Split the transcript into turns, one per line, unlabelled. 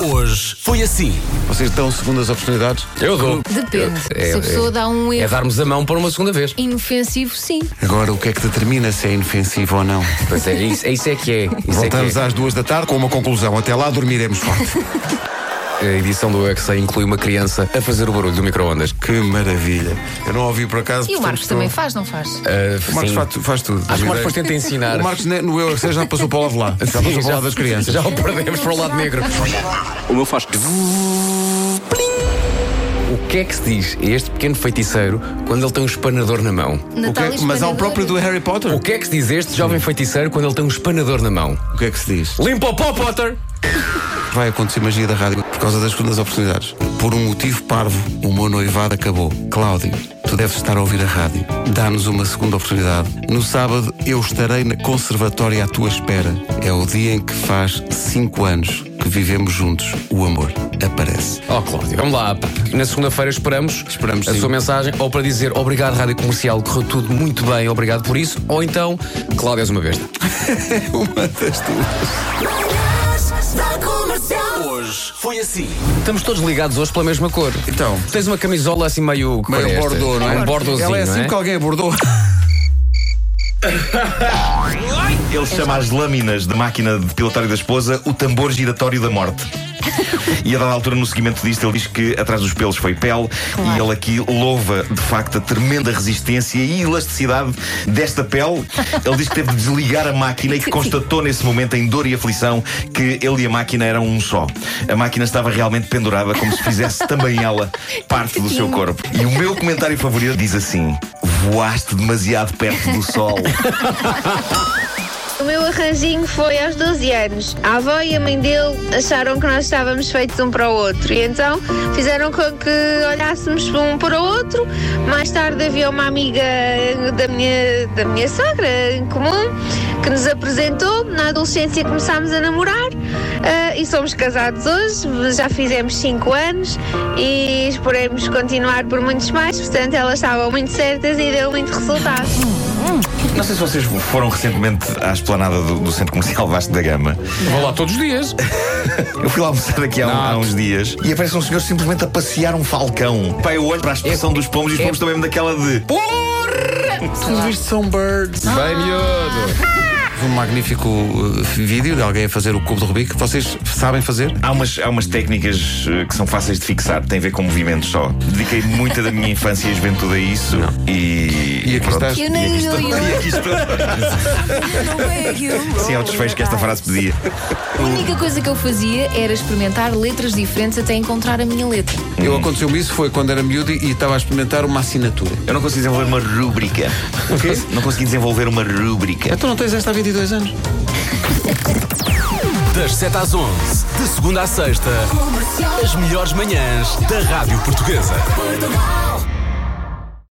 Hoje foi assim.
Vocês dão segundas oportunidades?
Eu dou.
Depende.
É-
Se a pessoa
é-
dá um
É
erro
darmos a mão para uma segunda vez.
inofensivo, sim.
Agora, o que é que determina se é inofensivo ou não?
Pois é, isso, é isso é que é. Isso é que
Voltamos
é.
às duas da tarde com uma conclusão. Até lá dormiremos forte.
A edição do UXA inclui uma criança a fazer o barulho do micro-ondas.
que maravilha. Eu não ouvi por acaso.
E o
portanto,
Marcos
estou-
também faz, não faz?
Ah,
O Marcos
sim.
faz, tu- faz tudo.
Acho que o Marcos depois tenta ensinar.
O Marcos ne- no Eu é Que Sei, já passou para o lado de lá. Já passou para o lado das crianças.
Já o perdemos para o lado negro.
O meu faz.
O que é que se diz a este pequeno feiticeiro quando ele tem um espanador na mão?
O que é-
Natália
mas há o
Espanador.
próprio do Harry Potter.
O que é que se diz a este jovem feiticeiro quando ele tem um espanador na mão?
O que é que se diz?
Limpa o pó, Potter!
Vai acontecer magia da rádio por causa das segundas oportunidades. Por um motivo parvo, o meu noivado acabou. Cláudio, tu deves estar a ouvir a rádio. Dá-nos uma segunda oportunidade. No sábado, eu estarei na conservatória à tua espera. É o dia em que faz cinco anos que vivemos juntos. O amor aparece.
Oh, Cláudio, vamos lá. pá. Na segunda-feira esperamos,
Esperamos,
a
sim.
sua mensagem, ou para dizer obrigado, Rádio Comercial, correu tudo muito bem, obrigado por isso, ou então, Cláudio, és uma besta.
Uma das duas.
Hoje foi assim.
Estamos todos ligados hoje pela mesma cor.
Então.
Tu Tens uma camisola assim meio. que
Meio
cor é esta?
bordô, não é?
Um bordozinho.
Ela é assim
não é?
que alguém abordou.
Ele chama as lâminas da máquina de pilotário da esposa o tambor giratório da morte. E a dada altura, no seguimento disto, ele diz que atrás dos pelos foi pele e ele aqui louva, de facto, a tremenda resistência e elasticidade desta pele. Ele diz que teve de desligar a máquina e que constatou nesse momento, em dor e aflição, que ele e a máquina eram um só. A máquina estava realmente pendurada, como se fizesse também ela parte do seu corpo. E o meu comentário favorito diz assim: Voaste demasiado perto do sol.
O meu arranjinho foi aos 12 anos. A avó e a mãe dele acharam que nós estávamos feitos um para o outro e então fizeram com que olhássemos um para o outro. Mais tarde havia uma amiga da minha, da minha sogra em comum que nos apresentou. Na adolescência começámos a namorar ah, e somos casados hoje. Já fizemos 5 anos e esperemos continuar por muitos mais. Portanto, elas estavam muito certas e deu muito resultado.
Não sei se vocês foram recentemente à esplanada do, do Centro Comercial Vasco da Gama.
Vou lá todos os dias.
Eu fui lá almoçar aqui há, um- há uns dias e aparece um senhor simplesmente a passear um falcão. Pai, eu olho para a expressão dos pomos e os pomos também me daquela de.
Hum.
Bem miúdo.
Um magnífico uh, vídeo de alguém a fazer o cubo do Rubik. Vocês sabem fazer?
Há umas, há umas técnicas eh, que são fáceis de fixar, têm a ver com movimentos só. Dediquei muita da minha infância e juventude a isso e.
E aqui
pronto.
estás.
Eu nem
Estou-
eu, eu,
e aqui estou. Sim, é o desfecho que esta frase pedia.
A única coisa que eu fazia era experimentar letras diferentes até encontrar a minha letra.
Eu aconteceu-me isso, foi quando era miúdo e estava a experimentar uma assinatura.
Eu não consegui desenvolver uma rúbrica. O quê? Não consegui desenvolver uma rúbrica.
Então não tens esta há 22 anos?
Das 7 às 11, de segunda à sexta, as melhores manhãs da Rádio Portuguesa.
Portugal.